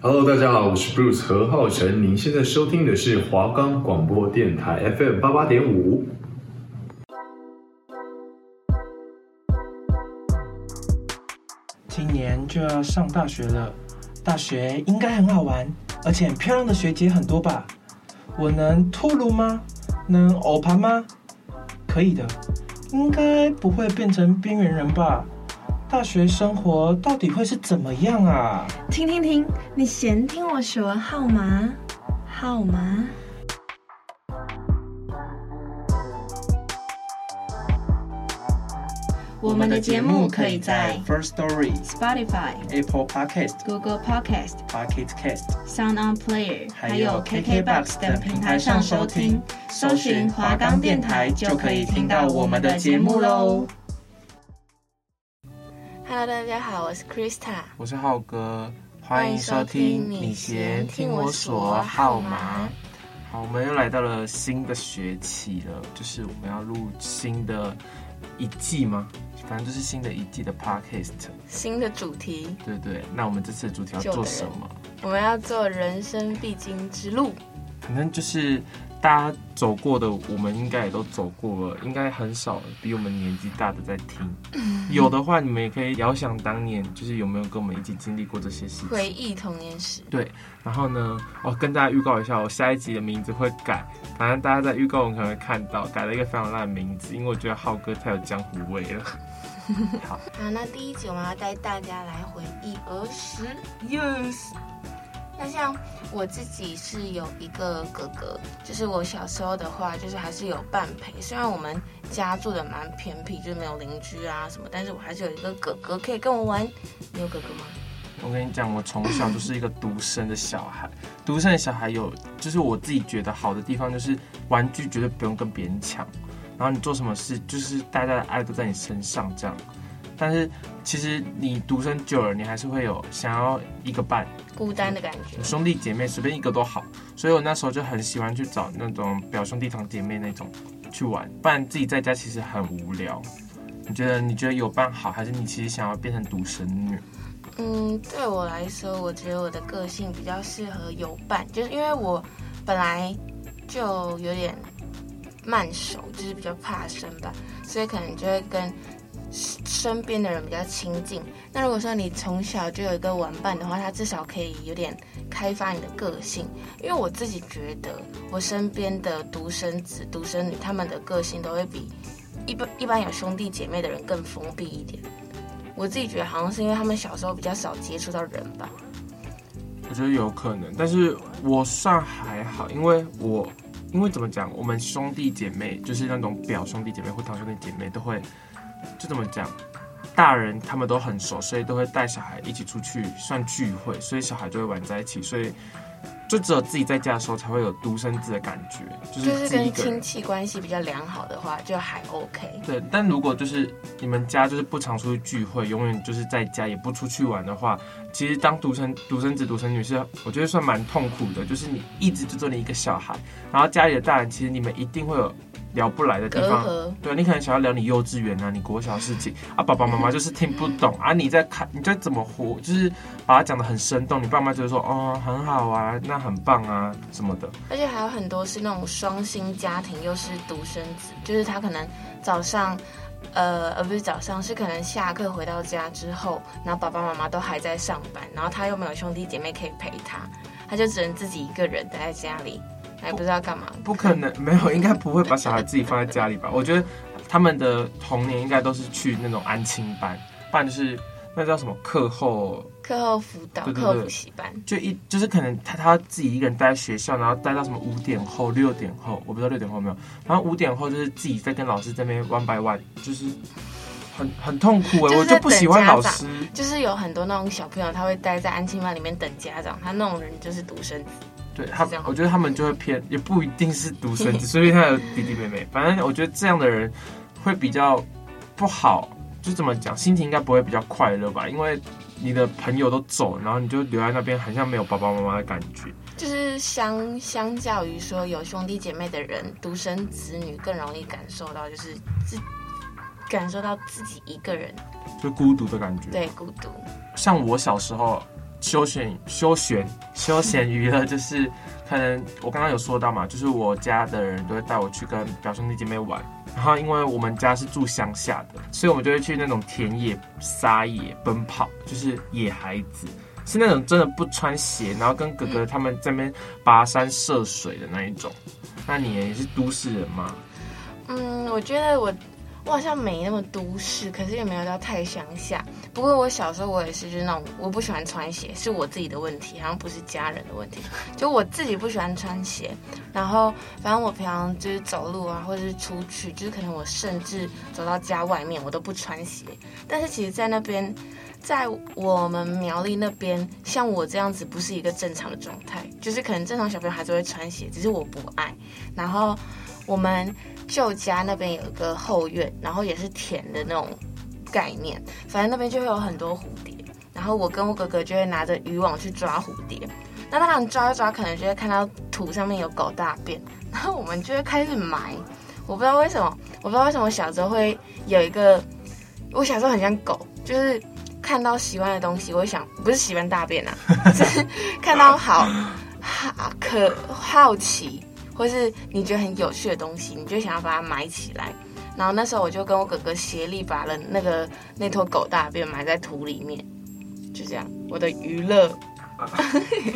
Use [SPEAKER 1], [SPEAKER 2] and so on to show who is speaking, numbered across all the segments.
[SPEAKER 1] Hello，大家好，我是 Bruce 何浩晨，您现在收听的是华冈广播电台 FM 八八点五。
[SPEAKER 2] 今年就要上大学了，大学应该很好玩，而且很漂亮的学姐很多吧？我能脱乳吗？能欧盘吗？可以的，应该不会变成边缘人吧？大学生活到底会是怎么样啊？
[SPEAKER 3] 停停停！你嫌听我说号码号码？我们的节目可以在
[SPEAKER 2] First Story、
[SPEAKER 3] Spotify、
[SPEAKER 2] Apple Podcast、
[SPEAKER 3] Google Podcast、
[SPEAKER 2] Pocket Cast、
[SPEAKER 3] Sound On Player，
[SPEAKER 2] 还有 KKBox 等平台上收听，
[SPEAKER 3] 搜寻华冈电台就可以听到我们的节目喽。
[SPEAKER 4] Hello，大家好，我是 Krista。
[SPEAKER 2] 我是浩哥，
[SPEAKER 4] 欢
[SPEAKER 2] 欢
[SPEAKER 4] 迎
[SPEAKER 2] 迎
[SPEAKER 4] 收
[SPEAKER 2] 收
[SPEAKER 4] 听
[SPEAKER 2] 听
[SPEAKER 4] 你
[SPEAKER 2] 你
[SPEAKER 4] 先
[SPEAKER 2] 先
[SPEAKER 4] 听
[SPEAKER 2] 听
[SPEAKER 4] 我
[SPEAKER 2] 我
[SPEAKER 4] 说
[SPEAKER 2] 说
[SPEAKER 4] 号
[SPEAKER 2] 号
[SPEAKER 4] 码
[SPEAKER 2] 码。好，我们又来到了新的学期了，就是我们要录新的一季吗？反正就是新的一季的 podcast，
[SPEAKER 4] 新的主题，
[SPEAKER 2] 对对。那我们这次的主题要
[SPEAKER 4] 旧的
[SPEAKER 2] 做
[SPEAKER 4] 人
[SPEAKER 2] 什么？
[SPEAKER 4] 我们要做人生必经之路。
[SPEAKER 2] 反正就是大家走过的，我们应该也都走过了，应该很少比我们年纪大的在听。 有的话，你们也可以遥想当年，就是有没有跟我们一起经历过这些事情。
[SPEAKER 4] 回忆童年时，
[SPEAKER 2] 然后呢，哦，跟大家预告一下，我下一集的名字会改，反正大家在预告文可能会看到，改了一个非常烂的名字，因为我觉得浩哥太有江湖味了。
[SPEAKER 4] 好，那第一集我们要带大家来回忆儿时，yes。那像我自己是有一个哥哥，就是我小时候的话，就是还是有伴陪。虽然我们家住的蛮偏僻，就是没有邻居啊什么，但是我还是有一个哥哥可以跟我玩。你有哥哥吗？
[SPEAKER 2] 我跟你讲，我从小就是一个独生的小孩，独生的小孩有，就是我自己觉得好的地方，就是玩具绝对不用跟别人抢，然后你做什么事，就是大家的爱都在你身上这样。但是其实你独生久了，你还是会有想要一个伴，
[SPEAKER 4] 孤单的感觉。
[SPEAKER 2] 兄弟姐妹随便一个都好，所以我那时候就很喜欢去找那种表兄弟堂姐妹那种去玩，不然自己在家其实很无聊。你觉得你觉得有伴好，还是你其实想要变成独生女？
[SPEAKER 4] 嗯，对我来说，我觉得我的个性比较适合有伴，就是因为我本来就有点慢熟，就是比较怕生吧，所以可能就会跟身边的人比较亲近。那如果说你从小就有一个玩伴的话，他至少可以有点开发你的个性。因为我自己觉得，我身边的独生子、独生女，他们的个性都会比一般一般有兄弟姐妹的人更封闭一点。我自己觉得好像是因为他们小时候比较少接触到人吧。
[SPEAKER 2] 嗯我觉得有可能，但是我算还好，因为我因为怎么讲，我们兄弟姐妹就是那种表兄弟姐妹或堂兄弟姐妹都会，就怎么讲，大人他们都很熟，所以都会带小孩一起出去算聚会，所以小孩就会玩在一起，所以就只有自己在家的时候才会有独生子的感觉，就
[SPEAKER 4] 就是是
[SPEAKER 2] 自己一
[SPEAKER 4] 跟
[SPEAKER 2] 个
[SPEAKER 4] 亲
[SPEAKER 2] 人。
[SPEAKER 4] 戚关系比较良好的话，就还 OK。
[SPEAKER 2] 对，但如果就是你们家就是不常出去聚会，永远就是在家也不出去玩的话，其实当独生独生子独生女是我觉得算蛮痛苦的，就是你一直就做你一个小孩，然后家里的大人其实你们一定会有聊不来的地
[SPEAKER 4] 隔
[SPEAKER 2] 方。
[SPEAKER 4] 阂，
[SPEAKER 2] 对你可能想要聊你幼稚园啊，你国小的事情啊，爸爸妈妈就是听不懂啊，你在看你在怎么活，就是把它讲得很生动，你爸妈就会说哦很好啊，那很棒啊什么的。
[SPEAKER 4] 而且还有很多是那种双薪家庭，又是独生子，就是他可能早上，呃，而不是早上，是可能下课回到家之后，然后爸爸妈妈都还在上班，然后他又没有兄弟姐妹可以陪他，他就只能自己一个人待在家里，还不知道干嘛。
[SPEAKER 2] 不可能，没有，应该不会把小孩自己放在家里吧？我觉得他们的童年应该都是去那种安亲班，不然就是那叫什么课后，
[SPEAKER 4] 课后辅导、
[SPEAKER 2] 对对
[SPEAKER 4] 课后
[SPEAKER 2] 对
[SPEAKER 4] 补习班，
[SPEAKER 2] 就一就是可能他他自己一个人待在学校，然后待到什么五点后、六点后，我不知道六点后有没有，然后五点后就是自己在跟老师这边 one by one，就是很很痛苦哎、
[SPEAKER 4] 就是
[SPEAKER 2] 我就不喜欢老师。
[SPEAKER 4] 就是有很多那种小朋友，他会待在安亲班里面等家长，他那种人就是独生子。
[SPEAKER 2] 对他
[SPEAKER 4] 是这样，
[SPEAKER 2] 我觉得他们就会偏，也不一定是独生 子，所以他有弟弟妹妹。反正我觉得这样的人会比较不好，就怎么讲，心情应该不会比较快乐吧？因为你的朋友都走，然后你就留在那边，很像没有爸爸妈妈的感觉。
[SPEAKER 4] 就是相相较于说有兄弟姐妹的人，独生子女更容易感受到，就是自感受到自己一个人
[SPEAKER 2] 就孤独的感觉。
[SPEAKER 4] 对孤独。
[SPEAKER 2] 像我小时候，休闲休闲休闲娱乐，就是可能我刚刚有说到嘛， 就是我家的人都会带我去跟表兄弟姐妹玩。然后因为我们家是住乡下的，所以我们就会去那种田野撒野奔跑，就是野孩子，是那种真的不穿鞋，然后跟哥哥他们在那边跋山涉水的那一种。 那你也是都市人吗？
[SPEAKER 4] 嗯，我觉得我我好像没那么都市，可是也没有到太乡下。不过我小时候我也是，就是那种我不喜欢穿鞋，是我自己的问题，好像不是家人的问题。就我自己不喜欢穿鞋，然后反正我平常就是走路啊，或者是出去，就是可能我甚至走到家外面我都不穿鞋。但是其实，在那边，在我们苗栗那边，像我这样子不是一个正常的状态，就是可能正常小朋友还是会穿鞋，只是我不爱。然后我们旧家那边有一个后院，然后也是田的那种概念，反正那边就会有很多蝴蝶。然后我跟我哥哥就会拿着渔网去抓蝴蝶，那当然抓一抓，可能就会看到土上面有狗大便，然后我们就会开始埋。我不知道为什么，我不知道为什么小时候会有一个，我小时候很像狗，就是看到喜欢的东西，我会想不是喜欢大便啊，就是看到好 好可好奇，或是你觉得很有趣的东西，你就想要把它埋起来。然后那时候我就跟我哥哥协力把了那个那坨狗大便埋在土里面，就这样。我的娱乐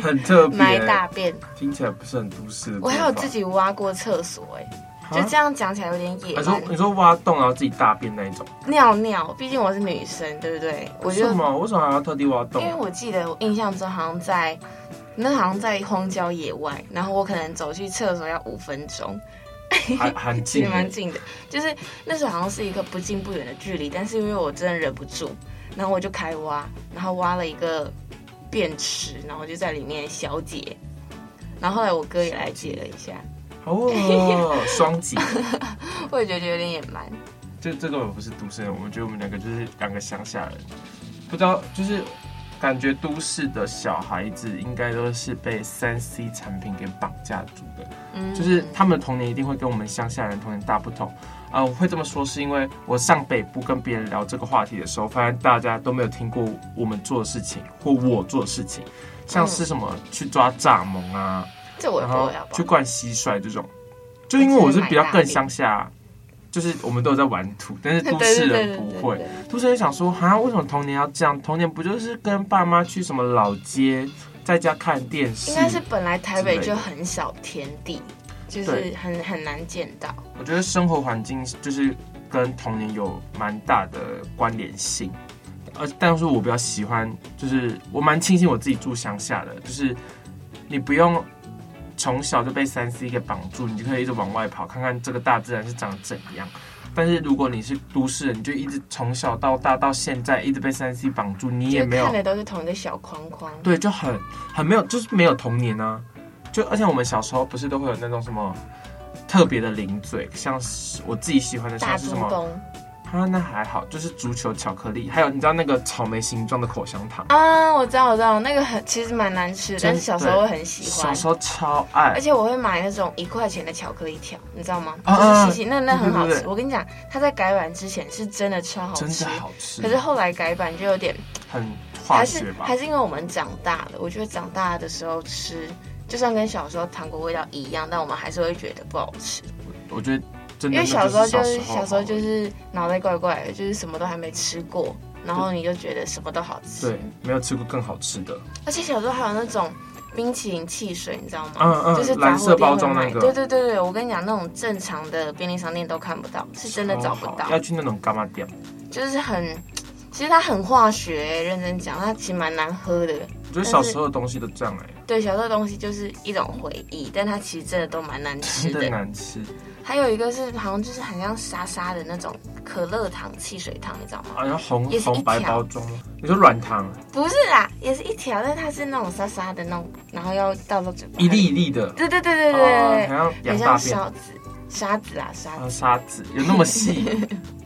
[SPEAKER 2] 很特别，
[SPEAKER 4] 埋大便，
[SPEAKER 2] 听起来不是很都市的做
[SPEAKER 4] 我
[SPEAKER 2] 法。
[SPEAKER 4] 还有自己挖过厕所、欸，
[SPEAKER 2] 啊
[SPEAKER 4] 哎，就这样讲起来有点野
[SPEAKER 2] 你说
[SPEAKER 4] 蛮。
[SPEAKER 2] 你说挖洞然后自己大便那一种，
[SPEAKER 4] 尿尿，毕竟我是女生，对不对？我
[SPEAKER 2] 为
[SPEAKER 4] 就
[SPEAKER 2] 什么？为什么还要特地挖洞
[SPEAKER 4] 因？为我记得我印象中好像在那好像在荒郊野外，然后我可能走去厕所要五分钟，
[SPEAKER 2] 还很
[SPEAKER 4] 其
[SPEAKER 2] 近
[SPEAKER 4] 实蛮
[SPEAKER 2] 耶，
[SPEAKER 4] 近的。就是那时候好像是一个不近不远的距离，但是因为我真的忍不住，然后我就开挖，然后挖了一个便池，然后就在里面小解。然后后来我哥也来解了一下，
[SPEAKER 2] 哦，双极。
[SPEAKER 4] 我也觉得有点野蛮。
[SPEAKER 2] 这这根本不是都市人，我们觉得我们两个就是两个乡下人，不知道就是感觉都市的小孩子应该都是被三 C 产品给绑架住的，
[SPEAKER 4] 嗯，
[SPEAKER 2] 就是他们的童年一定会跟我们乡下人童年大不同。啊、我会这么说是因为我上北部跟别人聊这个话题的时候，发现大家都没有听过我们做的事情或我做的事情，像
[SPEAKER 4] 嗯
[SPEAKER 2] 是什么去抓蚱蜢啊，
[SPEAKER 4] 这我也
[SPEAKER 2] 然
[SPEAKER 4] 不
[SPEAKER 2] 后
[SPEAKER 4] 会要
[SPEAKER 2] 去
[SPEAKER 4] 吧？
[SPEAKER 2] 灌蟋蟀这种，就因为我是比较更
[SPEAKER 4] 就是买大饼
[SPEAKER 2] 乡下啊，就是我们都有在玩土，但是
[SPEAKER 4] 对
[SPEAKER 2] 都
[SPEAKER 4] 对
[SPEAKER 2] 市
[SPEAKER 4] 对
[SPEAKER 2] 人
[SPEAKER 4] 对
[SPEAKER 2] 不
[SPEAKER 4] 对
[SPEAKER 2] 会
[SPEAKER 4] 对。
[SPEAKER 2] 都市人想说，哈，为什么童年要这样？童年不就是跟爸妈去什么老街，在家看电视？
[SPEAKER 4] 应该是本来台北
[SPEAKER 2] 之类的
[SPEAKER 4] 就很少田地，就是
[SPEAKER 2] 对
[SPEAKER 4] 很很难见到。
[SPEAKER 2] 我觉得生活环境就是跟童年有蛮大的关联性，而但是我比较喜欢，就是我蛮庆幸我自己住乡下的，就是你不用从小就被三 C 给绑住，你就可以一直往外跑，看看这个大自然是长怎样。但是如果你是都市人，你就一直从小到大到现在一直被三 C 绑住，你也
[SPEAKER 4] 就
[SPEAKER 2] 没有
[SPEAKER 4] 看的都是同一个小框框。
[SPEAKER 2] 对，就很很没有，就是没有童年啊。就而且我们小时候不是都会有那种什么特别的零嘴，像是我自己喜欢的
[SPEAKER 4] 大
[SPEAKER 2] 像是
[SPEAKER 4] 猪
[SPEAKER 2] 什么？
[SPEAKER 4] 公
[SPEAKER 2] 啊，那还好，就是足球巧克力，还有你知道那个草莓形状的口香糖，
[SPEAKER 4] 啊，我知道，我知道，那个很其实蛮难吃的，
[SPEAKER 2] 真
[SPEAKER 4] 但是小时候会很喜
[SPEAKER 2] 小
[SPEAKER 4] 欢。
[SPEAKER 2] 时候超爱
[SPEAKER 4] 而。且我会买那种一块钱的巧克力条，你知道吗？
[SPEAKER 2] 啊
[SPEAKER 4] 就是细细，那那很好
[SPEAKER 2] 对对
[SPEAKER 4] 吃。
[SPEAKER 2] 对
[SPEAKER 4] 我跟你讲，它在改版之前是真的超好
[SPEAKER 2] 真
[SPEAKER 4] 吃
[SPEAKER 2] 的，好吃，
[SPEAKER 4] 可是后来改版就有点，
[SPEAKER 2] 很化
[SPEAKER 4] 还
[SPEAKER 2] 学
[SPEAKER 4] 是
[SPEAKER 2] 吧
[SPEAKER 4] 还？是因为我们长大了。我觉得长大的时候吃，就算跟小时候糖果味道一样，但我们还是会觉得不好吃。
[SPEAKER 2] 我觉得真的
[SPEAKER 4] 因为小时候就是小
[SPEAKER 2] 小
[SPEAKER 4] 时候就是脑袋怪怪的，就是什么都还没吃过，然后你就觉得什么都好吃。
[SPEAKER 2] 对，没有吃过更好吃的。
[SPEAKER 4] 而且小时候还有那种冰淇淋汽水，你知道吗？
[SPEAKER 2] 嗯嗯
[SPEAKER 4] 就是
[SPEAKER 2] 蓝
[SPEAKER 4] 杂
[SPEAKER 2] 色
[SPEAKER 4] 货店
[SPEAKER 2] 包
[SPEAKER 4] 会
[SPEAKER 2] 装
[SPEAKER 4] 卖。
[SPEAKER 2] 那个
[SPEAKER 4] 对对对对，我跟你讲，那种正常的便利商店都看不到，是真的找不
[SPEAKER 2] 哦超好
[SPEAKER 4] 到
[SPEAKER 2] 要，去那种干嘛店。
[SPEAKER 4] 就是很，其实它很化学、欸认真讲，它其实蛮难喝的。
[SPEAKER 2] 我觉得小时候的东西都这样哎、
[SPEAKER 4] 对，小时候的东西就是一种回忆，但它其实真的都蛮难吃
[SPEAKER 2] 真的
[SPEAKER 4] 的。
[SPEAKER 2] 难吃。
[SPEAKER 4] 还有一个是好像就是很像沙沙的那种可乐糖、汽水糖，你知道吗？
[SPEAKER 2] 好像啊红
[SPEAKER 4] 也是一
[SPEAKER 2] 红白
[SPEAKER 4] 条
[SPEAKER 2] 包装吗，你说软糖
[SPEAKER 4] 不是啦，也是一条，但它是那种沙沙的那种，然后要倒到嘴巴。
[SPEAKER 2] 一粒一。粒的，
[SPEAKER 4] 对对对对对对
[SPEAKER 2] 啊
[SPEAKER 4] 对。
[SPEAKER 2] 好像
[SPEAKER 4] 很
[SPEAKER 2] 两
[SPEAKER 4] 像
[SPEAKER 2] 大片，
[SPEAKER 4] 沙子，沙子啊沙
[SPEAKER 2] 啊
[SPEAKER 4] 子，
[SPEAKER 2] 沙子有那么细。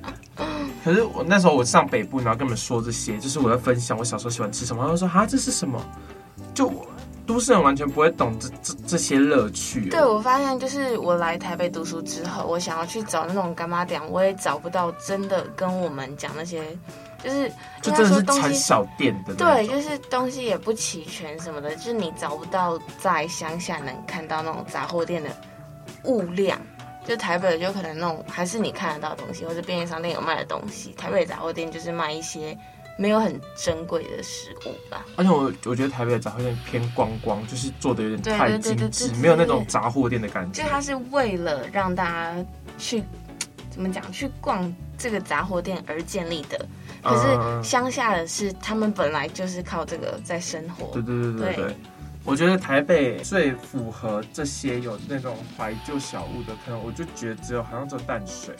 [SPEAKER 2] 可是我那时候我上北部，然后跟你们说这些，就是我在分享我小时候喜欢吃什么，他们说啊这是什么，就我都市人完全不会懂这这这些乐趣、哦
[SPEAKER 4] 对，我发现就是我来台北读书之后，我想要去找那种干妈店，我也找不到真的跟我们讲那些，就是
[SPEAKER 2] 就真
[SPEAKER 4] 应该
[SPEAKER 2] 的
[SPEAKER 4] 说
[SPEAKER 2] 是
[SPEAKER 4] 东
[SPEAKER 2] 产
[SPEAKER 4] 西
[SPEAKER 2] 小店的那
[SPEAKER 4] 对，
[SPEAKER 2] 一种。
[SPEAKER 4] 就是东西也不齐全什么的，就是你找不到在乡下能看到那种杂货店的物量。就台北就可能那种还是你看得到的东西，或者便利商店有卖的东西，台北杂货店就是卖一些没有很珍贵的食物吧。
[SPEAKER 2] 而且我我觉得台北的杂货店偏光光，就是做的有点
[SPEAKER 4] 对
[SPEAKER 2] 太
[SPEAKER 4] 对对
[SPEAKER 2] 精
[SPEAKER 4] 对
[SPEAKER 2] 致
[SPEAKER 4] 对，对
[SPEAKER 2] 没有那种杂货店的感
[SPEAKER 4] 就
[SPEAKER 2] 觉。
[SPEAKER 4] 它是为了让大家去怎么讲去逛这个杂货店而建立的，可
[SPEAKER 2] 嗯
[SPEAKER 4] 是乡下的是他们本来就是靠这个在生活。
[SPEAKER 2] 对对对对对
[SPEAKER 4] 对。
[SPEAKER 2] 我觉得台北最符合这些有那种怀旧小物的，可能我就觉得只有好像只有淡水，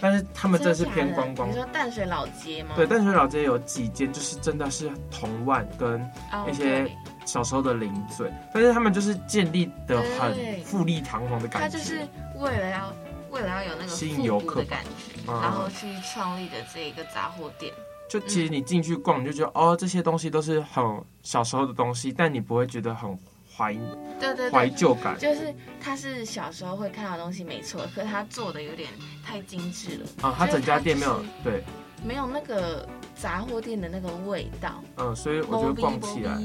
[SPEAKER 2] 但是他们真的是偏光光
[SPEAKER 4] 你。说淡水老街吗？
[SPEAKER 2] 对，淡水老街有几间就是真的是铜腕跟
[SPEAKER 4] 哦
[SPEAKER 2] 那些
[SPEAKER 4] 对
[SPEAKER 2] 小时候的零嘴，但是他们就是建立的很
[SPEAKER 4] 对
[SPEAKER 2] 富丽堂皇的
[SPEAKER 4] 他
[SPEAKER 2] 感觉。
[SPEAKER 4] 就是为了要为了要有那个
[SPEAKER 2] 吸引
[SPEAKER 4] 复
[SPEAKER 2] 游
[SPEAKER 4] 古
[SPEAKER 2] 客
[SPEAKER 4] 的
[SPEAKER 2] 吧
[SPEAKER 4] 感觉，
[SPEAKER 2] 嗯
[SPEAKER 4] 然后去创立的这一个杂货店。
[SPEAKER 2] 就其实你进去逛，你就觉得哦，这些东西都是很小时候的东西，但你不会觉得很怀
[SPEAKER 4] 对对
[SPEAKER 2] 怀
[SPEAKER 4] 对，
[SPEAKER 2] 旧感。
[SPEAKER 4] 就是它是小时候会看到的东西没错，可是它做的有点太精致了，
[SPEAKER 2] 啊，它整家店没有
[SPEAKER 4] 就是
[SPEAKER 2] 对，
[SPEAKER 4] 没有那个杂货店的那个味道。
[SPEAKER 2] 嗯，所以我觉得逛起来，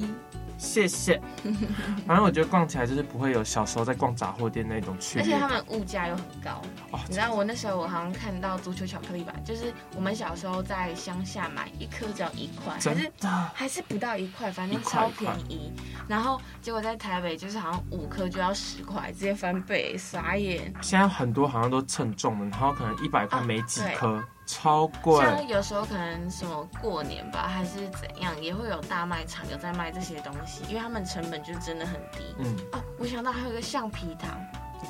[SPEAKER 2] 谢 谢。反正我觉得逛起来就是不会有小时候在逛杂货店那种雀
[SPEAKER 4] 而
[SPEAKER 2] 跃
[SPEAKER 4] 且他
[SPEAKER 2] 感。
[SPEAKER 4] 们物价又很高。
[SPEAKER 2] 哦，
[SPEAKER 4] 你知道我那时候我好像看到足球巧克力吧，就是我们小时候在乡下买一颗只要一块，还
[SPEAKER 2] 真
[SPEAKER 4] 是
[SPEAKER 2] 的，
[SPEAKER 4] 还是不到一块，反
[SPEAKER 2] 一
[SPEAKER 4] 正
[SPEAKER 2] 块
[SPEAKER 4] 超
[SPEAKER 2] 一块
[SPEAKER 4] 便宜。然后结果在台北就是好像五颗就要十块，直接翻倍，傻眼。
[SPEAKER 2] 现在很多好像都称重了，然后可能一百块
[SPEAKER 4] 啊
[SPEAKER 2] 没几
[SPEAKER 4] 对
[SPEAKER 2] 颗，超贵。
[SPEAKER 4] 像有时候可能什么过年吧，还是怎样，也会有大卖场有在卖这些东西，因为他们成本就真的很低。
[SPEAKER 2] 嗯，
[SPEAKER 4] 哦，我想到还有一个橡皮糖，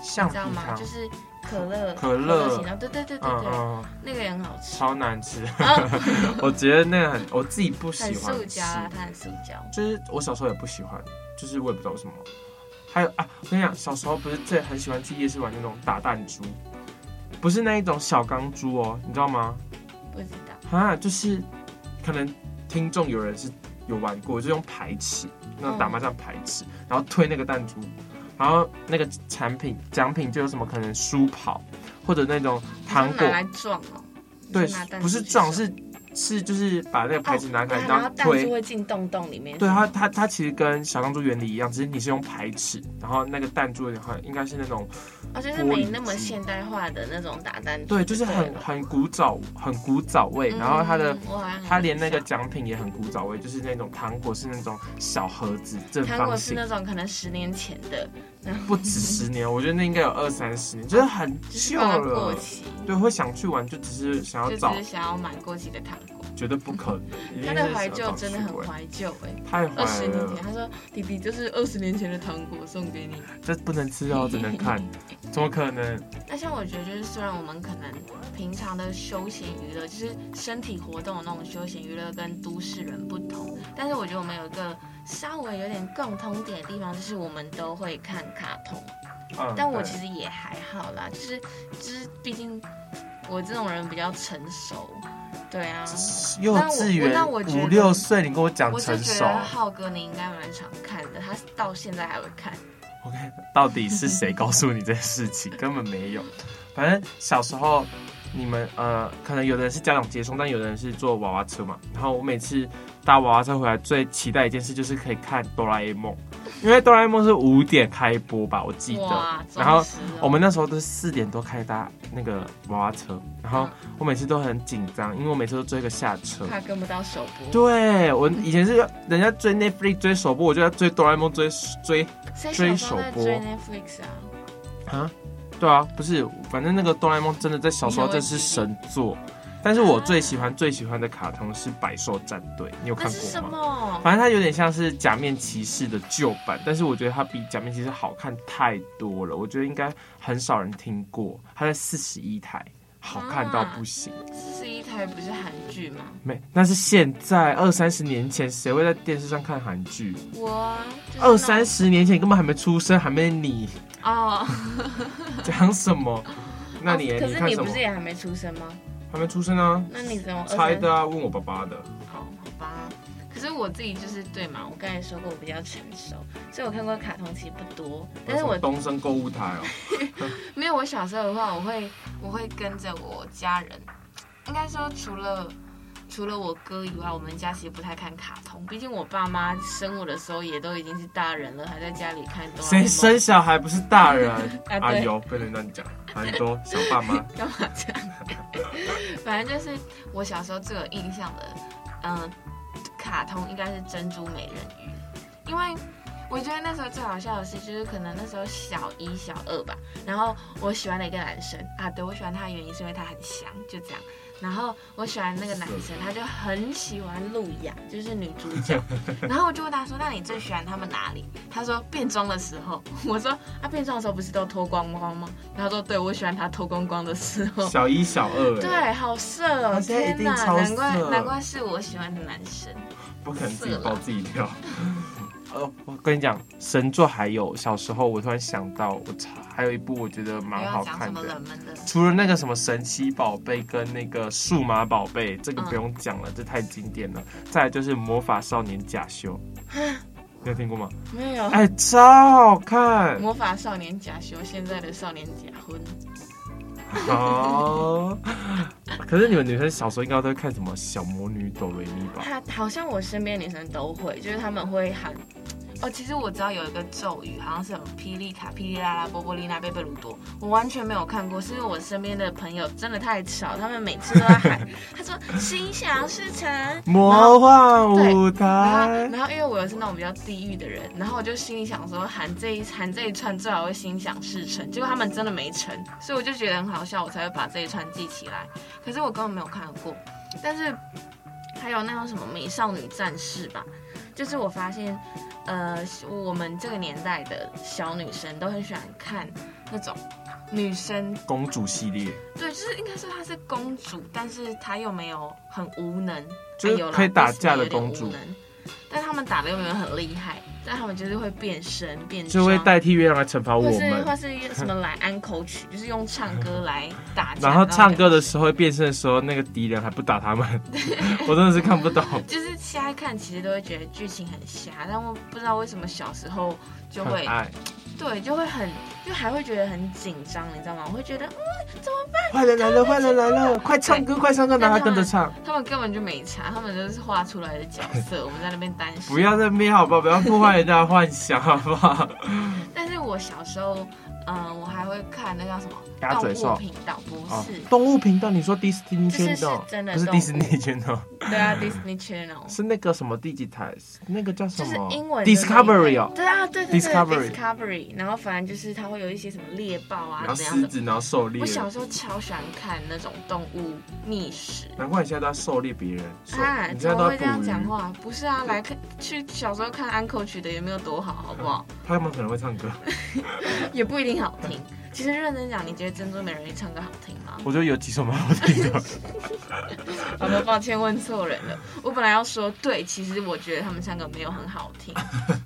[SPEAKER 2] 橡
[SPEAKER 4] 你
[SPEAKER 2] 皮
[SPEAKER 4] 知道吗？
[SPEAKER 2] 糖
[SPEAKER 4] 就，是可乐，
[SPEAKER 2] 可乐
[SPEAKER 4] 型的，对对对对
[SPEAKER 2] 嗯
[SPEAKER 4] 对，
[SPEAKER 2] 嗯，
[SPEAKER 4] 那个也很好吃，
[SPEAKER 2] 超难吃。 我觉得那个很，我自己不
[SPEAKER 4] 很
[SPEAKER 2] 喜
[SPEAKER 4] 塑
[SPEAKER 2] 欢吃
[SPEAKER 4] 胶，啊，它很塑胶。
[SPEAKER 2] 就是我小时候也不喜欢，就是我也不知道为什么。还有啊，我跟你讲，小时候不是最很喜欢去夜市玩那种打弹珠，不是那一种小钢珠哦，你知道吗？
[SPEAKER 4] 不知道，
[SPEAKER 2] 啊，就是可能听众有人是有玩过，就用排尺，那
[SPEAKER 4] 嗯
[SPEAKER 2] 种打麻将排尺，然后推那个弹珠，然后那个产品奖品就有什么可能书跑或者那种糖
[SPEAKER 4] 你
[SPEAKER 2] 果
[SPEAKER 4] 是拿，来撞哦。
[SPEAKER 2] 对
[SPEAKER 4] 你拿，弹珠
[SPEAKER 2] 不是
[SPEAKER 4] 去
[SPEAKER 2] 撞
[SPEAKER 4] 撞
[SPEAKER 2] 是是就是把那个牌子拿开、
[SPEAKER 4] 它
[SPEAKER 2] 然
[SPEAKER 4] 啊然
[SPEAKER 2] 后
[SPEAKER 4] 后弹
[SPEAKER 2] 推
[SPEAKER 4] 珠，会进洞洞里面。
[SPEAKER 2] 对它，它它其实跟小钢珠原理一样，只是你是用排尺，然后那个弹珠的话应该是那种，
[SPEAKER 4] 哦，就是没那么现代化的那种打蛋机。
[SPEAKER 2] 对，就是很
[SPEAKER 4] 对
[SPEAKER 2] 很古早很古早味，然后它的
[SPEAKER 4] 嗯。我好像有
[SPEAKER 2] 它连那个
[SPEAKER 4] 印象
[SPEAKER 2] 奖品也很古早味，就是那种糖果是那种小盒子正
[SPEAKER 4] 啊糖果
[SPEAKER 2] 方
[SPEAKER 4] 是
[SPEAKER 2] 形，
[SPEAKER 4] 那种可能十年前的，
[SPEAKER 2] 不止十年，我觉得那应该有二三十年，就是很
[SPEAKER 4] 就是
[SPEAKER 2] 旧
[SPEAKER 4] 放到过
[SPEAKER 2] 了。
[SPEAKER 4] 期，
[SPEAKER 2] 对，会想去玩，就只是想要
[SPEAKER 4] 就
[SPEAKER 2] 找
[SPEAKER 4] 只是，想要买过期的糖果。
[SPEAKER 2] 绝对不可能。一定
[SPEAKER 4] 他
[SPEAKER 2] 是
[SPEAKER 4] 的
[SPEAKER 2] 想
[SPEAKER 4] 怀
[SPEAKER 2] 要
[SPEAKER 4] 旧
[SPEAKER 2] 找
[SPEAKER 4] 真的
[SPEAKER 2] 去
[SPEAKER 4] 很
[SPEAKER 2] 玩，
[SPEAKER 4] 怀旧哎，
[SPEAKER 2] 太
[SPEAKER 4] 二
[SPEAKER 2] 怀
[SPEAKER 4] 十年前
[SPEAKER 2] 了，
[SPEAKER 4] 他说弟弟这是二十年前的糖果送给你。
[SPEAKER 2] 这不能吃哦，只能 看，怎么可能？
[SPEAKER 4] 那像我觉得就是虽然我们可能平常的休闲娱乐就是身体活动的那种休闲娱乐跟都市人不同，但是我觉得我们有一个稍微有点共通点的地方，就是我们都会看卡通。
[SPEAKER 2] 嗯，
[SPEAKER 4] 但我
[SPEAKER 2] 对
[SPEAKER 4] 其实也还好啦，就是就是，毕竟我这种人比较成熟，对啊，
[SPEAKER 2] 幼稚园
[SPEAKER 4] 那我我那我觉得
[SPEAKER 2] 五六岁，你跟我讲
[SPEAKER 4] 我就
[SPEAKER 2] 成
[SPEAKER 4] 觉
[SPEAKER 2] 熟
[SPEAKER 4] 得浩哥你应该蛮常看的，他到现在还会看。
[SPEAKER 2] ，OK？到底是谁告诉你这件事情？根本没有。反正小时候你们呃，可能有的人是家长接送，但有的人是坐娃娃车嘛。然后我每次搭娃娃车回来，最期待一件事就是可以看哆啦 A 梦，因为哆啦 A 梦是五点开播吧，我记得
[SPEAKER 4] 哇，。忠
[SPEAKER 2] 然后
[SPEAKER 4] 实哦
[SPEAKER 2] 我们那时候都是四点多开始搭那个娃娃车，然后我每次都很紧张，因为我每次都追个下车。
[SPEAKER 4] 怕跟不到首播，
[SPEAKER 2] 对我以前是人家追 Netflix 追首播，我就要追哆啦 A 梦追追
[SPEAKER 4] 谁
[SPEAKER 2] 追
[SPEAKER 4] 小时候在
[SPEAKER 2] 首播
[SPEAKER 4] 追 Netflix 啊？
[SPEAKER 2] 啊，对啊，不是，反正那个哆啦 A 梦真的在小时候
[SPEAKER 4] 你有
[SPEAKER 2] 真是神作。但是我最喜欢最喜欢的卡通是百兽战队，你有看
[SPEAKER 4] 那是
[SPEAKER 2] 过
[SPEAKER 4] 什
[SPEAKER 2] 吗？
[SPEAKER 4] 么？
[SPEAKER 2] 反正它有点像是假面骑士的旧版，但是我觉得它比假面骑士好看太多了。我觉得应该很少人听过，它在四十一台，好看到不行。
[SPEAKER 4] 四十一台不是韩剧吗？
[SPEAKER 2] 没，那是现在二三十年前，谁会在电视上看韩剧？
[SPEAKER 4] 我啊就是
[SPEAKER 2] 二哦三
[SPEAKER 4] 那
[SPEAKER 2] 十年前你根本还没出生，还没你
[SPEAKER 4] 种哦，
[SPEAKER 2] 讲什么？那你、
[SPEAKER 4] 可
[SPEAKER 2] 你
[SPEAKER 4] 是
[SPEAKER 2] 看
[SPEAKER 4] 你
[SPEAKER 2] 什
[SPEAKER 4] 不
[SPEAKER 2] 么
[SPEAKER 4] 是？也还没出生吗？
[SPEAKER 2] 还没出生啊？
[SPEAKER 4] 那你怎么23
[SPEAKER 2] 猜的啊？问我爸爸的。
[SPEAKER 4] 哦，好吧。可是我自己就是对嘛，我刚才说过我比较成熟，所以我看过卡通其实不多。但
[SPEAKER 2] 有
[SPEAKER 4] 是
[SPEAKER 2] 什么
[SPEAKER 4] 我
[SPEAKER 2] 东升购物台哦，
[SPEAKER 4] 没有我小时候的话，我会我会跟着我家人，应该说除了除了我哥以外，我们家其实不太看卡通。毕竟我爸妈生我的时候也都已经是大人了，还在家里看哆啦 A
[SPEAKER 2] 谁
[SPEAKER 4] 梦。
[SPEAKER 2] 生小孩不是大人？
[SPEAKER 4] 啊对
[SPEAKER 2] 啊有，不能乱讲，很多小爸 妈。
[SPEAKER 4] 干嘛这样？反正就是我小时候最有印象的，嗯、卡通应该是《珍珠美人鱼》，因为我觉得那时候最好笑的事就是可能那时候小一、小二吧，然后我喜欢的一个男生啊，对我喜欢他的原因是因为他很香，就这样。然后我喜欢那个男生，他就很喜欢路亚，就是女主角。然后我就问他说：“那你最喜欢他们哪里？”他说：“变装的时候。”我说：“啊，变装的时候不是都脱光光吗？”然后他说：“对，我喜欢他脱光光的时候。”
[SPEAKER 2] 小一、小二，
[SPEAKER 4] 哦
[SPEAKER 2] 欸
[SPEAKER 4] 对，，好色哦！
[SPEAKER 2] 他现在一
[SPEAKER 4] 天
[SPEAKER 2] 定
[SPEAKER 4] 哪，
[SPEAKER 2] 超
[SPEAKER 4] 难怪
[SPEAKER 2] 色
[SPEAKER 4] 难怪是我喜欢的男生。
[SPEAKER 2] 不可能自己爆自己 料。呃，我跟你讲，神作还有小时候，我突然想到，我查还有一部我觉得
[SPEAKER 4] 不
[SPEAKER 2] 蛮
[SPEAKER 4] 要
[SPEAKER 2] 好
[SPEAKER 4] 讲什
[SPEAKER 2] 看
[SPEAKER 4] 么
[SPEAKER 2] 的
[SPEAKER 4] 冷，门的，
[SPEAKER 2] 除了那个什么神奇宝贝跟那个数码宝贝，这
[SPEAKER 4] 嗯
[SPEAKER 2] 个不用讲了，这太经典了。再来就是魔法少年假 修，你有听过吗？
[SPEAKER 4] 没有。
[SPEAKER 2] 哎，超好看。
[SPEAKER 4] 魔法少年假修，现在的少年假婚，
[SPEAKER 2] 好，可是你们女生小时候应该都会看什么小魔女哆瑞咪吧？
[SPEAKER 4] 他好像我身边的女生都会，就是他们会喊。哦，其实我知道有一个咒语，好像是什么霹雳卡、霹雳拉拉、波波丽娜、贝贝鲁多，我完全没有看过，是因为我身边的朋友真的太吵，他们每次都在 喊，他说心想事成，
[SPEAKER 2] 魔幻舞
[SPEAKER 4] 舞然后，
[SPEAKER 2] 台，
[SPEAKER 4] 然后因为我又是那种比较地狱的人，然后我就心里想说，喊这一喊这一串最好会心想事成。结果他们真的没成，所以我就觉得很好笑，我才会把这一串记起来。可是我根本没有看过。但是还有那种什么美少女战士吧，就是我发现，呃，我们这个年代的小女生都很喜欢看那种女生
[SPEAKER 2] 公主系列
[SPEAKER 4] 对，就是应该说她是公主，但是她又没有很无能，
[SPEAKER 2] 就是
[SPEAKER 4] 哎有啦
[SPEAKER 2] 可以打
[SPEAKER 4] 为什么
[SPEAKER 2] 架的
[SPEAKER 4] 有点
[SPEAKER 2] 公主
[SPEAKER 4] 无能但他们打的又没有很厉害，但他们就是会变身变
[SPEAKER 2] 就会
[SPEAKER 4] 装，
[SPEAKER 2] 代替月亮来惩罚我
[SPEAKER 4] 或是或
[SPEAKER 2] 们。
[SPEAKER 4] 是用什么来安口曲，就是用唱 歌来打架。
[SPEAKER 2] 然后唱歌的
[SPEAKER 4] 候，
[SPEAKER 2] 时候变身的时候，那个敌人还不打他们，我真的是看不懂。
[SPEAKER 4] 就是现在看其实都会觉得剧情很瞎，但我不知道为什么小时候就
[SPEAKER 2] 很
[SPEAKER 4] 会
[SPEAKER 2] 爱，
[SPEAKER 4] 对就会很就还会觉得很紧张，你知道吗？我会觉得嗯怎么办？
[SPEAKER 2] 坏人来了，坏人来了，快唱歌，快唱歌，然后他跟着唱。
[SPEAKER 4] 他们根本就没查，他们就是画出来的角色，我们在那边担心。
[SPEAKER 2] 不要再灭好不好？不要破坏人家的幻想好不好？
[SPEAKER 4] 但是我小时候，嗯、我还会看那叫什么
[SPEAKER 2] 鸭嘴兽
[SPEAKER 4] 动物频道，不
[SPEAKER 2] 哦
[SPEAKER 4] 是，
[SPEAKER 2] 动物频道，你说迪士尼
[SPEAKER 4] 就是
[SPEAKER 2] 圈
[SPEAKER 4] 是真的
[SPEAKER 2] 不是
[SPEAKER 4] 动物
[SPEAKER 2] 迪士尼圈哦，
[SPEAKER 4] 对啊，Disney Channel，
[SPEAKER 2] 是那个什么第几台？那个叫什
[SPEAKER 4] 就是
[SPEAKER 2] 么？
[SPEAKER 4] 英文的那一个
[SPEAKER 2] Discovery 哦。
[SPEAKER 4] 对啊，对对对
[SPEAKER 2] Discovery
[SPEAKER 4] Discovery，然后反正就是它会有一些什么猎豹
[SPEAKER 2] 然
[SPEAKER 4] 啊
[SPEAKER 2] 后
[SPEAKER 4] 怎样
[SPEAKER 2] 狮
[SPEAKER 4] 的。
[SPEAKER 2] 子，然后狩猎
[SPEAKER 4] 我。小时候超喜欢看那种动物觅食。
[SPEAKER 2] 难怪你现在都要狩猎别人，狩
[SPEAKER 4] 啊，
[SPEAKER 2] 你
[SPEAKER 4] 怎
[SPEAKER 2] 现在
[SPEAKER 4] 么
[SPEAKER 2] 都
[SPEAKER 4] 会
[SPEAKER 2] 要
[SPEAKER 4] 这样
[SPEAKER 2] 捕
[SPEAKER 4] 讲
[SPEAKER 2] 鱼。
[SPEAKER 4] 话？不是啊，来看去小时候看安可曲的也没有多好，好不好？
[SPEAKER 2] 他们可能会唱歌，
[SPEAKER 4] 也不一定好听。其实认真讲，你觉得珍珠美人鱼唱歌好听吗？
[SPEAKER 2] 我觉得有几首蛮好听的。
[SPEAKER 4] 好的，抱歉问错人了。我本来要说，对，其实我觉得他们唱歌没有很好听。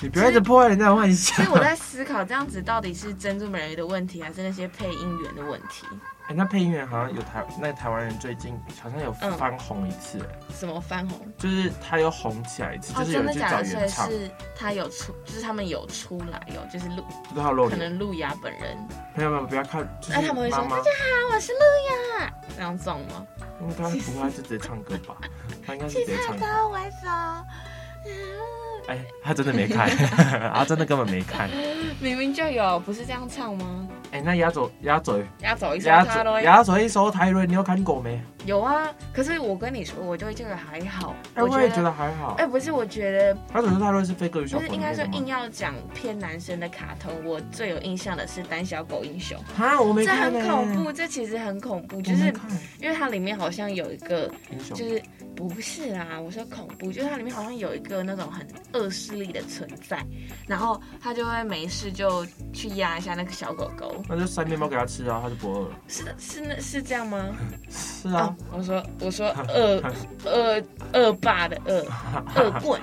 [SPEAKER 2] 你不要一直破坏人家的幻
[SPEAKER 4] 所
[SPEAKER 2] 想
[SPEAKER 4] 以。我在思考，这样子到底是珍珠美人鱼的问题，还是那些配音员的问题？
[SPEAKER 2] 哎，那配音员好像有台，那个台湾人最近好像有
[SPEAKER 4] 嗯
[SPEAKER 2] 翻红一次，
[SPEAKER 4] 什么翻红？
[SPEAKER 2] 就是他又红起来一次，
[SPEAKER 4] 哦，
[SPEAKER 2] 就是有人
[SPEAKER 4] 真的
[SPEAKER 2] 去
[SPEAKER 4] 假
[SPEAKER 2] 找
[SPEAKER 4] 的？所
[SPEAKER 2] 原
[SPEAKER 4] 以
[SPEAKER 2] 唱，
[SPEAKER 4] 是他有出，就是他们有出来，有就是路，
[SPEAKER 2] 就是他露
[SPEAKER 4] 可
[SPEAKER 2] 脸。
[SPEAKER 4] 能路雅本人。
[SPEAKER 2] 没有没有，不要看，就
[SPEAKER 4] 那他
[SPEAKER 2] 是
[SPEAKER 4] 们会说
[SPEAKER 2] 妈妈
[SPEAKER 4] 大，啊，我是路雅，这样中吗？
[SPEAKER 2] 应该不会是直接唱歌吧？他应该是直接 唱歌。
[SPEAKER 4] 到我走，
[SPEAKER 2] 哎，他真的没看， 他真的根本没看。
[SPEAKER 4] 明明就有，不是这样唱吗？
[SPEAKER 2] 哎，那鸭嘴鸭嘴
[SPEAKER 4] 要走一首
[SPEAKER 2] 鸭
[SPEAKER 4] 他咯
[SPEAKER 2] 嘴。鸭嘴一首台轮，你有看过没？
[SPEAKER 4] 有啊，可是我跟你说，我对这个还好，
[SPEAKER 2] 哎，我也觉得还好
[SPEAKER 4] 哎、。不是，我觉得
[SPEAKER 2] 鸭嘴是台轮是飞哥与小狗
[SPEAKER 4] 不是
[SPEAKER 2] 里
[SPEAKER 4] 应该
[SPEAKER 2] 面
[SPEAKER 4] 说
[SPEAKER 2] 的吗
[SPEAKER 4] 硬？要讲偏男生的卡通，我最有印象的是《胆小狗英雄
[SPEAKER 2] 啊，我》，没
[SPEAKER 4] 这
[SPEAKER 2] 看
[SPEAKER 4] 很
[SPEAKER 2] 呢。
[SPEAKER 4] 恐怖，这其实很恐怖，就
[SPEAKER 2] 我没
[SPEAKER 4] 是
[SPEAKER 2] 看
[SPEAKER 4] 因为它里面好像有一个，
[SPEAKER 2] 英雄
[SPEAKER 4] 就是不是啦，我说恐怖，就是它里面好像有一个那种很恶势力的存在，然后他就会没事就去压一下那个小狗狗，
[SPEAKER 2] 那就塞面包给他吃啊，他就不饿了。
[SPEAKER 4] 是的是那是这样吗？
[SPEAKER 2] 是啊，
[SPEAKER 4] 我说我说恶恶恶霸的恶 恶棍，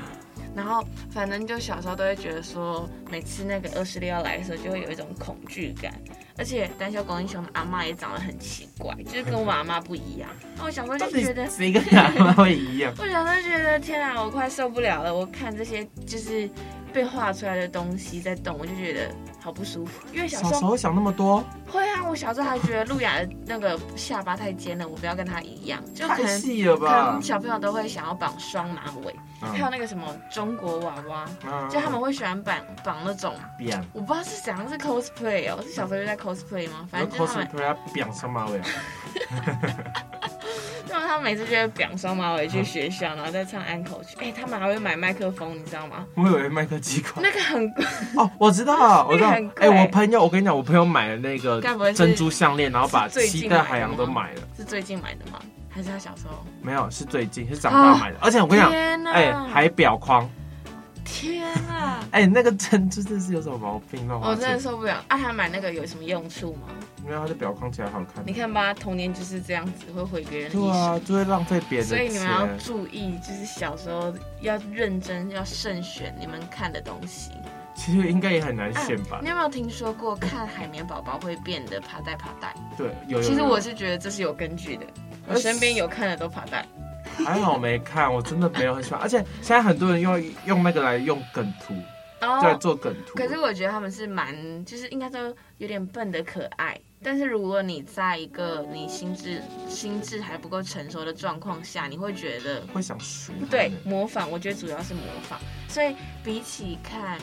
[SPEAKER 4] 然后反正就小时候都会觉得说，每次那个恶势力要来的时候，就会有一种恐惧感。而且胆小狗英雄的阿嬷也长得很奇怪，就是跟我阿嬷不一样。那我小时候
[SPEAKER 2] 到
[SPEAKER 4] 就
[SPEAKER 2] 底
[SPEAKER 4] 觉得。
[SPEAKER 2] 谁跟他们会一样？
[SPEAKER 4] 我小时候觉得天啊，我快受不了了！我看这些就是被画出来的东西在动，我就觉得好不舒服。因为小
[SPEAKER 2] 小
[SPEAKER 4] 时
[SPEAKER 2] 时
[SPEAKER 4] 候
[SPEAKER 2] 候想那么多，
[SPEAKER 4] 会啊，我小时候还觉得路亚的那个下巴太尖了，我不要跟他一样，就可
[SPEAKER 2] 太
[SPEAKER 4] 能
[SPEAKER 2] 细了
[SPEAKER 4] 可
[SPEAKER 2] 吧
[SPEAKER 4] 能？小朋友都会想要绑双马尾，
[SPEAKER 2] 嗯
[SPEAKER 4] 还有那个什么中国娃娃，就他们会喜欢绑绑那种，
[SPEAKER 2] 扁，
[SPEAKER 4] 我不知道是怎样是 cosplay 哦，是小时候就在 cosplay 吗？反
[SPEAKER 2] 然
[SPEAKER 4] 正
[SPEAKER 2] 后
[SPEAKER 4] 就是他们，
[SPEAKER 2] cosplay 要扁上马尾啊，
[SPEAKER 4] 那么他们每次就会绑双马尾去学校，然后再唱安口
[SPEAKER 2] 嗯
[SPEAKER 4] 曲。哎，他们还会买麦克风，你知道 吗？
[SPEAKER 2] 我以为麦克鸡块。
[SPEAKER 4] 那个很贵，
[SPEAKER 2] 哦，我知道，我知道
[SPEAKER 4] 那个很。贵
[SPEAKER 2] 哎、我朋友，我跟你讲，我朋友买了那个
[SPEAKER 4] 该不会是
[SPEAKER 2] 珍珠项链，然后把
[SPEAKER 4] 是最
[SPEAKER 2] 七
[SPEAKER 4] 近
[SPEAKER 2] 代
[SPEAKER 4] 买的
[SPEAKER 2] 海洋都
[SPEAKER 4] 吗
[SPEAKER 2] 买了。
[SPEAKER 4] 是最近买的吗？还是他小时候？
[SPEAKER 2] 没有，是最近是长大买的。而且我跟你讲，
[SPEAKER 4] 哦天哪！
[SPEAKER 2] 哎、海表框，
[SPEAKER 4] 天哪！
[SPEAKER 2] 哎、那个珍珠真是有什么毛病？让
[SPEAKER 4] 我真的
[SPEAKER 2] 是，
[SPEAKER 4] 受不了。啊，他买那个有什么用处吗？
[SPEAKER 2] 没有，它的表框起来好看。
[SPEAKER 4] 你看吧，童年就是这样子，会毁别人的
[SPEAKER 2] 对
[SPEAKER 4] 一生。
[SPEAKER 2] 啊，就会浪费别人的
[SPEAKER 4] 所以
[SPEAKER 2] 钱。
[SPEAKER 4] 你们要注意，就是小时候要认真，要慎选你们看的东西。
[SPEAKER 2] 其实应该也很难选吧？
[SPEAKER 4] 啊你有没有听说过看海绵宝宝会变得爬带爬带？
[SPEAKER 2] 对，有有有。呃
[SPEAKER 4] 其实我是觉得这是有根据的，我身边有看的都爬带。
[SPEAKER 2] 还好没看，我真的没有很喜欢。而且现在很多人用用那个来用梗图，在
[SPEAKER 4] 哦，
[SPEAKER 2] 做梗图。
[SPEAKER 4] 可是我觉得他们是蛮，就是应该都有点笨的可爱。但是如果你在一个你心智心智还不够成熟的状况下，你会觉得
[SPEAKER 2] 会想输。
[SPEAKER 4] 对，
[SPEAKER 2] 嗯
[SPEAKER 4] 模仿，我觉得主要是模仿。所以比起看，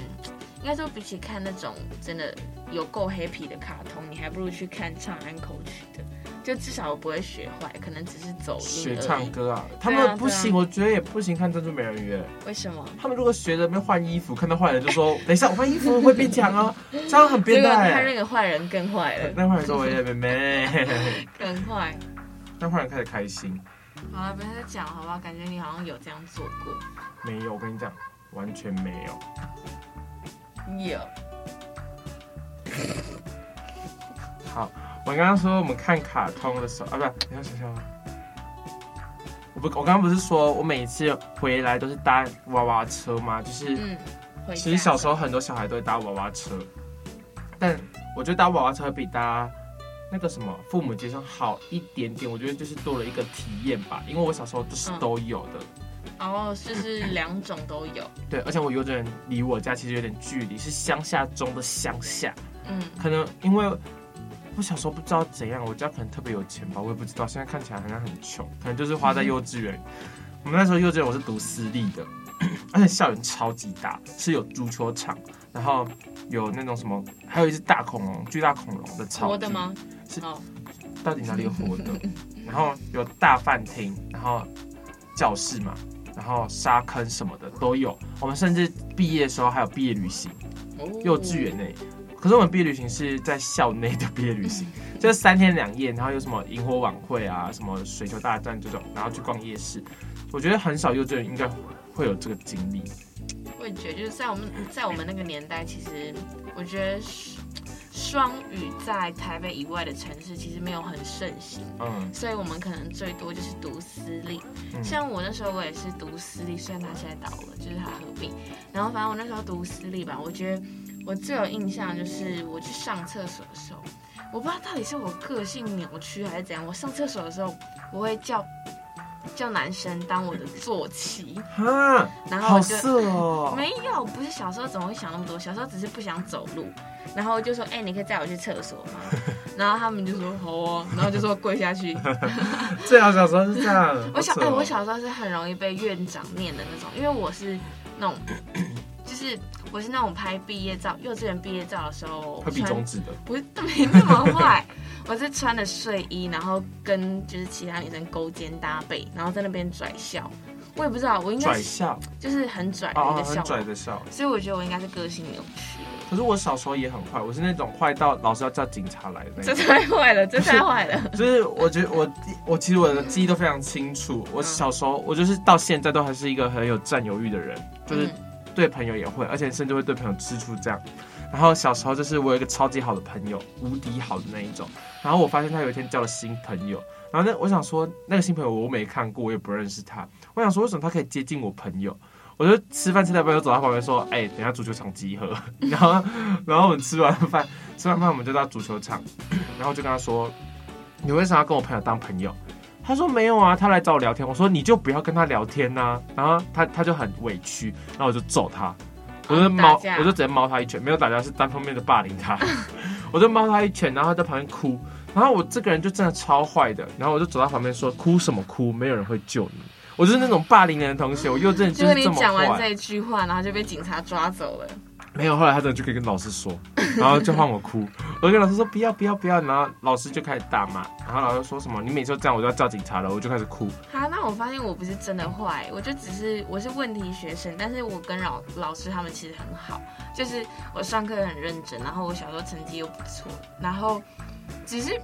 [SPEAKER 4] 应该说比起看那种真的有够 happy 的卡通，你还不如去看唱安口曲的，就至少我不会学坏，可能只是走音
[SPEAKER 2] 学
[SPEAKER 4] 而
[SPEAKER 2] 唱
[SPEAKER 4] 已。
[SPEAKER 2] 歌啊，他们不行，我觉得也不行。看珍珠美人鱼，哎
[SPEAKER 4] 为什么？
[SPEAKER 2] 他们如果学着没换衣服，看到坏人就说：“ 等一下，我换衣服会变强哦。”这样很
[SPEAKER 4] 结
[SPEAKER 2] 变
[SPEAKER 4] 果他那
[SPEAKER 2] 态。
[SPEAKER 4] 个坏人更坏了，
[SPEAKER 2] 那坏人说：“我也妹妹。
[SPEAKER 4] 更坏。”
[SPEAKER 2] 那坏人开始开心。
[SPEAKER 4] 好了，不要再讲了好不好？感觉你好像有这样做过。
[SPEAKER 2] 没有，我跟你讲，完全没有。
[SPEAKER 4] 有，
[SPEAKER 2] 好，我刚刚说我们看卡通的时候啊，不，你要想想吗？我不，我刚刚不是说我每次回来都是搭娃娃车吗？就是、
[SPEAKER 4] 嗯，回
[SPEAKER 2] 其实
[SPEAKER 4] 家
[SPEAKER 2] 小时候很多小孩都会搭娃娃车，但我觉得搭娃娃车比搭那个什么父母接送好一点点。我觉得就是多了一个体验吧，因为我小时候就是
[SPEAKER 4] 嗯
[SPEAKER 2] 都有的。
[SPEAKER 4] 哦，就是两种都有，
[SPEAKER 2] 对，而且我幼稚园离我家其实有点距离，是乡下中的乡下。
[SPEAKER 4] 嗯，
[SPEAKER 2] 可能因为我小时候不知道怎样，我家可能特别有钱吧，我也不知道。现在看起来好像很穷，可能就是花在幼稚园。我们那时候幼稚园我是读私立的， 而且校园超级大，是有足球场，然后有那种什么，还有一只大恐龙，巨大恐龙的草
[SPEAKER 4] 活的
[SPEAKER 2] 地
[SPEAKER 4] 吗？
[SPEAKER 2] 是
[SPEAKER 4] 哦，
[SPEAKER 2] 到底哪里有活 的？然后有大饭厅，然后教室嘛，然后沙坑什么的都有。我们甚至毕业的时候还有毕业旅行。幼稚园内、可是我们毕业旅行是在校内的毕业旅行，就是三天两夜，然后有什么萤火晚会啊，什么水球大战这种，然后去逛夜市。我觉得很少幼稚园应该会有这个经历。
[SPEAKER 4] 我也觉得就是在我们在我们那个年代，其实我觉得双语在台北以外的城市其实没有很盛行，
[SPEAKER 2] 嗯，
[SPEAKER 4] 所以我们可能最多就是读私立。
[SPEAKER 2] 嗯
[SPEAKER 4] 像我那时候我也是读私立，虽然它现在倒了，就是它合并。然后反正我那时候读私立吧，我觉得我最有印象就是我去上厕所的时候，我不知道到底是我个性扭曲还是怎样，我上厕所的时候我会叫叫男生当我的坐骑，
[SPEAKER 2] 哈，
[SPEAKER 4] 然后
[SPEAKER 2] 好
[SPEAKER 4] 我就。
[SPEAKER 2] 色哦。
[SPEAKER 4] 没有，不是小时候怎么会想那么多？小时候只是不想走路，然后就说：“哎、你可以载我去厕所吗？” 然后他们就说：“好哦。”然后就说跪下去。
[SPEAKER 2] 最好小时候是这样。
[SPEAKER 4] 我小
[SPEAKER 2] 好
[SPEAKER 4] 哎、
[SPEAKER 2] 色哦
[SPEAKER 4] 我小时候是很容易被院长念的那种，因为我是那 种，就是我是那种拍毕业照，幼稚园毕业照的时候
[SPEAKER 2] 会比
[SPEAKER 4] 穿
[SPEAKER 2] 中指的。
[SPEAKER 4] 不是没那么坏，我是穿着睡衣，然后跟就是其他女生勾肩搭背，然后在那边拽笑。我也不知道，我应该
[SPEAKER 2] 拽
[SPEAKER 4] 是
[SPEAKER 2] 笑
[SPEAKER 4] 就是很拽的
[SPEAKER 2] 啊，
[SPEAKER 4] 一
[SPEAKER 2] 哦
[SPEAKER 4] 个
[SPEAKER 2] 很
[SPEAKER 4] 笑
[SPEAKER 2] 拽
[SPEAKER 4] 话，
[SPEAKER 2] 的笑。
[SPEAKER 4] 所以我觉得我应该是个性扭曲的。
[SPEAKER 2] 可是我小时候也很坏，我是那种坏到老师要叫警察来的那
[SPEAKER 4] 这
[SPEAKER 2] 种。
[SPEAKER 4] 太坏了，这太坏了。
[SPEAKER 2] 就是我觉得我我其实我的记忆都非常清楚，我小时候我就是到现在都还是一个很有占有欲的人，
[SPEAKER 4] 嗯
[SPEAKER 2] 就是对朋友也会，而且甚至会对朋友吃醋这样。然后小时候就是我有一个超级好的朋友，无敌好的那一种。然后我发现他有一天交了新朋友，然后那我想说那个新朋友我没看过，我也不认识他，我想说为什么他可以接近我朋友？我就吃饭吃到一半，就走到旁边说：“哎、等一下足球场集合。” 然后，然后我们吃完饭，吃完饭我们就到足球场，然后我就跟他说：“你为啥要跟我朋友当朋友？他说没有啊，他来找我啊聊天。我说你就不要跟他聊天呐、然后他他就很委屈，然后我就揍他。我就猫，
[SPEAKER 4] 哦打架
[SPEAKER 2] 我就直接猫他一拳，没有打架，是单方面的霸凌他。 我就猫他一拳，然后他在旁边哭，然后我这个人就真的超坏的，然后我就走到旁边说：“哭什么哭？没有人会救你。”我就是那种霸凌人的同学，我又真的
[SPEAKER 4] 结
[SPEAKER 2] 就
[SPEAKER 4] 果
[SPEAKER 2] 是
[SPEAKER 4] 你
[SPEAKER 2] 这么
[SPEAKER 4] 讲完
[SPEAKER 2] 坏
[SPEAKER 4] 这。一句话，然后就被警察抓走了。
[SPEAKER 2] 没有，后来他真的就可以跟老师说， 然后就换我哭，我就跟老师说不要不要不要，然后老师就开始大骂，然后老师说什么你每次都这样我就要叫警察了，我就开始哭。
[SPEAKER 4] 啊，那我发现我不是真的坏，我就只是我是问题学生，但是我跟老老师他们其实很好，就是我上课很认真，然后我小时候成绩又不错，然后只是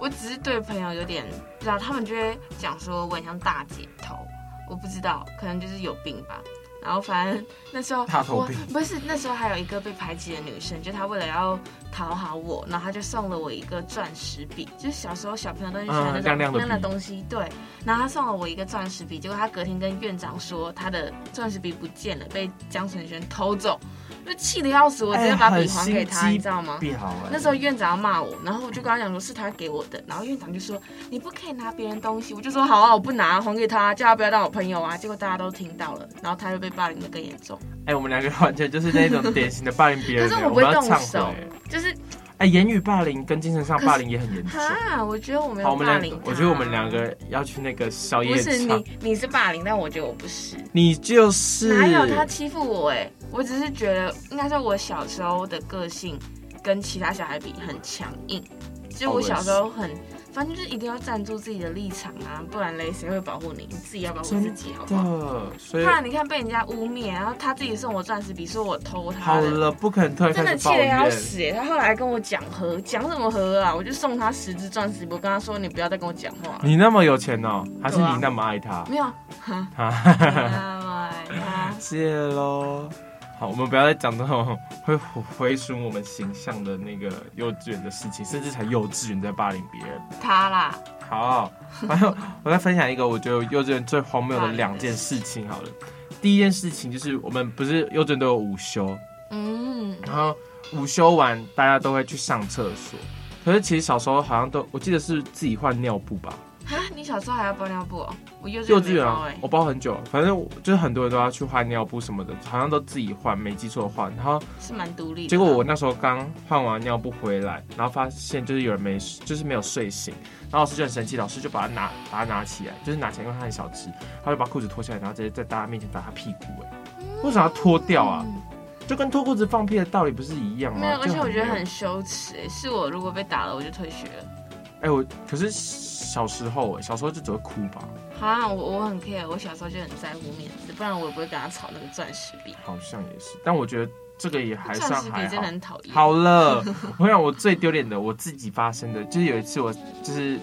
[SPEAKER 4] 我只是对朋友有点不知道，他们就会讲说我很像大姐头，我不知道，可能就是有病吧。然后反正那时候
[SPEAKER 2] 大头
[SPEAKER 4] 我
[SPEAKER 2] 病
[SPEAKER 4] 不是那时候还有一个被排挤的女生，就她为了要讨好我，然后她就送了我一个钻石笔，就是小时候小朋友都很喜欢那
[SPEAKER 2] 嗯
[SPEAKER 4] 种
[SPEAKER 2] 亮亮的笔
[SPEAKER 4] 东西，对。然后他送了我一个钻石笔，结果他隔天跟院长说他的钻石笔不见了，被江承轩偷走，就气得要死，我直接把笔还给他，你知道吗？
[SPEAKER 2] 表哎、
[SPEAKER 4] 那时候院长要骂我，然后我就跟他讲说是他给我的，然后院长就说你不可以拿别人东西，我就说好啊，我不拿，还给他，叫他不要当我朋友啊。结果大家都听到了，然后他就被霸凌的更严重，
[SPEAKER 2] 哎、我们两个完全就是那种典型的霸凌别人、
[SPEAKER 4] 可
[SPEAKER 2] 欸，
[SPEAKER 4] 是我
[SPEAKER 2] 我
[SPEAKER 4] 不会
[SPEAKER 2] 们要
[SPEAKER 4] 动
[SPEAKER 2] 忏
[SPEAKER 4] 手
[SPEAKER 2] 悔。
[SPEAKER 4] 就是
[SPEAKER 2] 哎、言语霸凌跟精神上霸凌也很严重。
[SPEAKER 4] 哈，我觉得我没
[SPEAKER 2] 好，
[SPEAKER 4] 有
[SPEAKER 2] 我们
[SPEAKER 4] 霸
[SPEAKER 2] 两
[SPEAKER 4] 凌
[SPEAKER 2] 个
[SPEAKER 4] 他，
[SPEAKER 2] 我觉得我们两个要去那个宵夜
[SPEAKER 4] 不是
[SPEAKER 2] 场
[SPEAKER 4] 你，，你是霸凌，但我觉得我不是。
[SPEAKER 2] 你就是
[SPEAKER 4] 哪有他欺负我、欸？哎，我只是觉得，应该说我小时候的个性跟其他小孩比很强硬，就我小时候很，反正就是一定要站住自己的立场啊，不然嘞，谁会保护你？你自己要保护自己，好不好？
[SPEAKER 2] 的，所
[SPEAKER 4] 不
[SPEAKER 2] 以
[SPEAKER 4] 然你看被人家污蔑，然后他自己送我钻石笔，说我偷他
[SPEAKER 2] 好
[SPEAKER 4] 的。
[SPEAKER 2] 了，不肯退，
[SPEAKER 4] 真的
[SPEAKER 2] 开始
[SPEAKER 4] 气
[SPEAKER 2] 抱
[SPEAKER 4] 得要
[SPEAKER 2] 怨
[SPEAKER 4] 死欸他后来还跟我讲和，讲什么和啊？我就送他十支钻石，我跟他说你不要再跟我讲话了。
[SPEAKER 2] 你那么有钱哦、还是
[SPEAKER 4] 对啊
[SPEAKER 2] 你那么爱他？
[SPEAKER 4] 没有，
[SPEAKER 2] 啊，
[SPEAKER 4] 啊啊
[SPEAKER 2] 谢喽。好，我们不要再讲这种会毁损我们形象的那个幼稚园的事情，甚至才幼稚园在霸凌别人。
[SPEAKER 4] 他啦，
[SPEAKER 2] 好，然后我再分享一个我觉得幼稚园最荒谬的两件事情好了。第一件事情就是我们不是幼稚园都有午休，
[SPEAKER 4] 嗯，
[SPEAKER 2] 然后午休完大家都会去上厕所，可是其实小时候好像都我记得是自己换尿布吧，
[SPEAKER 4] 啊，你小时候还要包尿布哦？我幼
[SPEAKER 2] 幼
[SPEAKER 4] 稚
[SPEAKER 2] 稚
[SPEAKER 4] 园没
[SPEAKER 2] 园
[SPEAKER 4] 包
[SPEAKER 2] 啊
[SPEAKER 4] 哎，、
[SPEAKER 2] 我包很久，反正我就是很多人都要去换尿布什么的，好像都自己换，没记错换。然后
[SPEAKER 4] 是蛮独立的。
[SPEAKER 2] 结果我那时候刚换完尿布回来，然后发现就是有人没，就是没有睡醒，然后老师就很生气，老师就把他拿，把他拿起来，就是拿起来，因为他很小只，他就把裤子脱下来，然后直接在大家面前打他屁股、哎，为什么要脱掉啊？就跟脱裤子放屁的道理不是一样吗？
[SPEAKER 4] 没有，而
[SPEAKER 2] 就
[SPEAKER 4] 且我觉得
[SPEAKER 2] 没有
[SPEAKER 4] 很羞耻、哎，是我如果被打了，我就退学了。
[SPEAKER 2] 哎、我可是小时候、哎，小时候就只会哭吧，
[SPEAKER 4] 啊，我我很 care，我小时候就很在乎面子，不然我也不会跟他吵那个钻石笔。
[SPEAKER 2] 好像也是，但我觉得这个也还算
[SPEAKER 4] 钻石笔
[SPEAKER 2] 还好
[SPEAKER 4] 真的。很讨厌。
[SPEAKER 2] 好了， 我想我最丢脸的我自己发生的，就是有一次我就是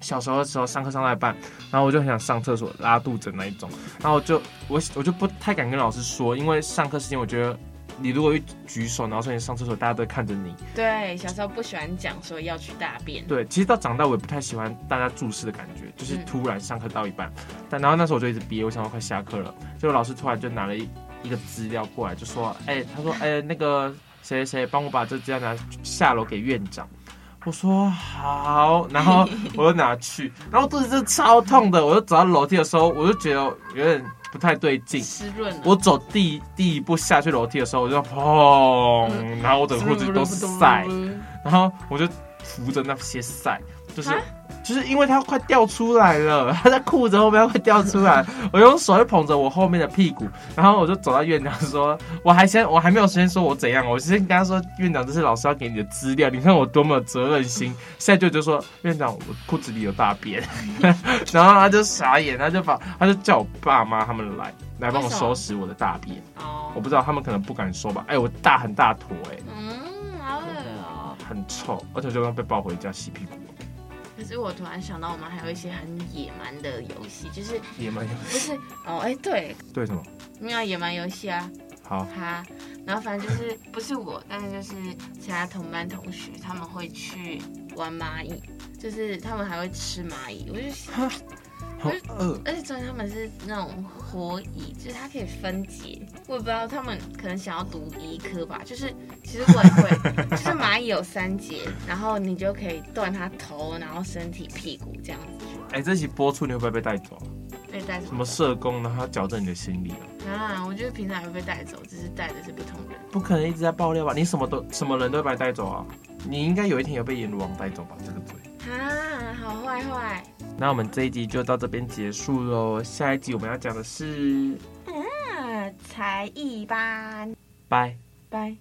[SPEAKER 2] 小时候的时候上课上到一半，然后我就很想上厕所拉肚子那一种，然后我就我我就不太敢跟老师说，因为上课时间我觉得你如果一举手然后说你上厕所，大家都会看着你。
[SPEAKER 4] 对，小时候不喜欢讲说要去大便。
[SPEAKER 2] 对，其实到长大我也不太喜欢大家注视的感觉，就是
[SPEAKER 4] 嗯
[SPEAKER 2] 突然上课到一半，但然后那时候我就一直憋，我想要快下课了，结果老师突然就拿了一一个资料过来，就说，哎、他说，哎、那个谁谁谁，帮我把这资料拿下楼给院长。我说好，然后我就拿去，然后肚子真的超痛的，我就走到楼梯的时候，我就觉得有点不太对劲。
[SPEAKER 4] 湿润啊了。
[SPEAKER 2] 我走第第一步下去楼梯的时候，我就砰，然后我整个裤子都晒，然后我就扶着那些塞，就是
[SPEAKER 4] 啊
[SPEAKER 2] 就是因为它快掉出来了， 它在裤子后面快掉出来， 我用手去捧着我后面的屁股，然后我就走到院长说，我还先我还没有先说我怎样，我先跟他说院长这是老师要给你的资料，你看我多么有责任心， 现在就就说院长我裤子里有大便， 然后他就傻眼，他就把他就叫我爸妈他们来来帮我
[SPEAKER 4] 为什
[SPEAKER 2] 收
[SPEAKER 4] 么
[SPEAKER 2] 拾我的大便，我
[SPEAKER 4] 哦，
[SPEAKER 2] 不知道他们可能不敢收吧，哎、我大很大坨哎、
[SPEAKER 4] 嗯，好恶哦、
[SPEAKER 2] 很臭，而且我就刚被抱回家洗屁股，
[SPEAKER 4] 可是我突然想到，我们还有一些很野蛮的游戏，就是
[SPEAKER 2] 也蛮有
[SPEAKER 4] 不是哦，哎、对，
[SPEAKER 2] 对什么？
[SPEAKER 4] 没有野蛮游戏啊。
[SPEAKER 2] 好，
[SPEAKER 4] 他，然后反正就是不是我，但是就是其他同班同学，他们会去玩蚂蚁，就是他们还会吃蚂蚁。我就想，
[SPEAKER 2] 好饿，
[SPEAKER 4] 而且重点他们是那种活蚁，就是它可以分解。我也不知道他们可能想要读医科吧，就是其实我也会，就是蚂蚁有三节，然后你就可以断它头，然后身体、屁股这样子
[SPEAKER 2] 哎、这期播出你会不会被带走啊？
[SPEAKER 4] 被带走。
[SPEAKER 2] 什么社工，然后他矫正你的心理啊？
[SPEAKER 4] 当然，我觉得平常也会被带走，只是带的是不同人。
[SPEAKER 2] 不可能一直在爆料吧？你什么都什么人都会把你带走啊？你应该有一天也被阎罗王带走吧？这个嘴。
[SPEAKER 4] 啊，好坏坏，
[SPEAKER 2] 那我们这一集就到这边结束喽，下一集我们要讲的是
[SPEAKER 4] 啊，才艺班，
[SPEAKER 2] 拜。
[SPEAKER 4] 拜。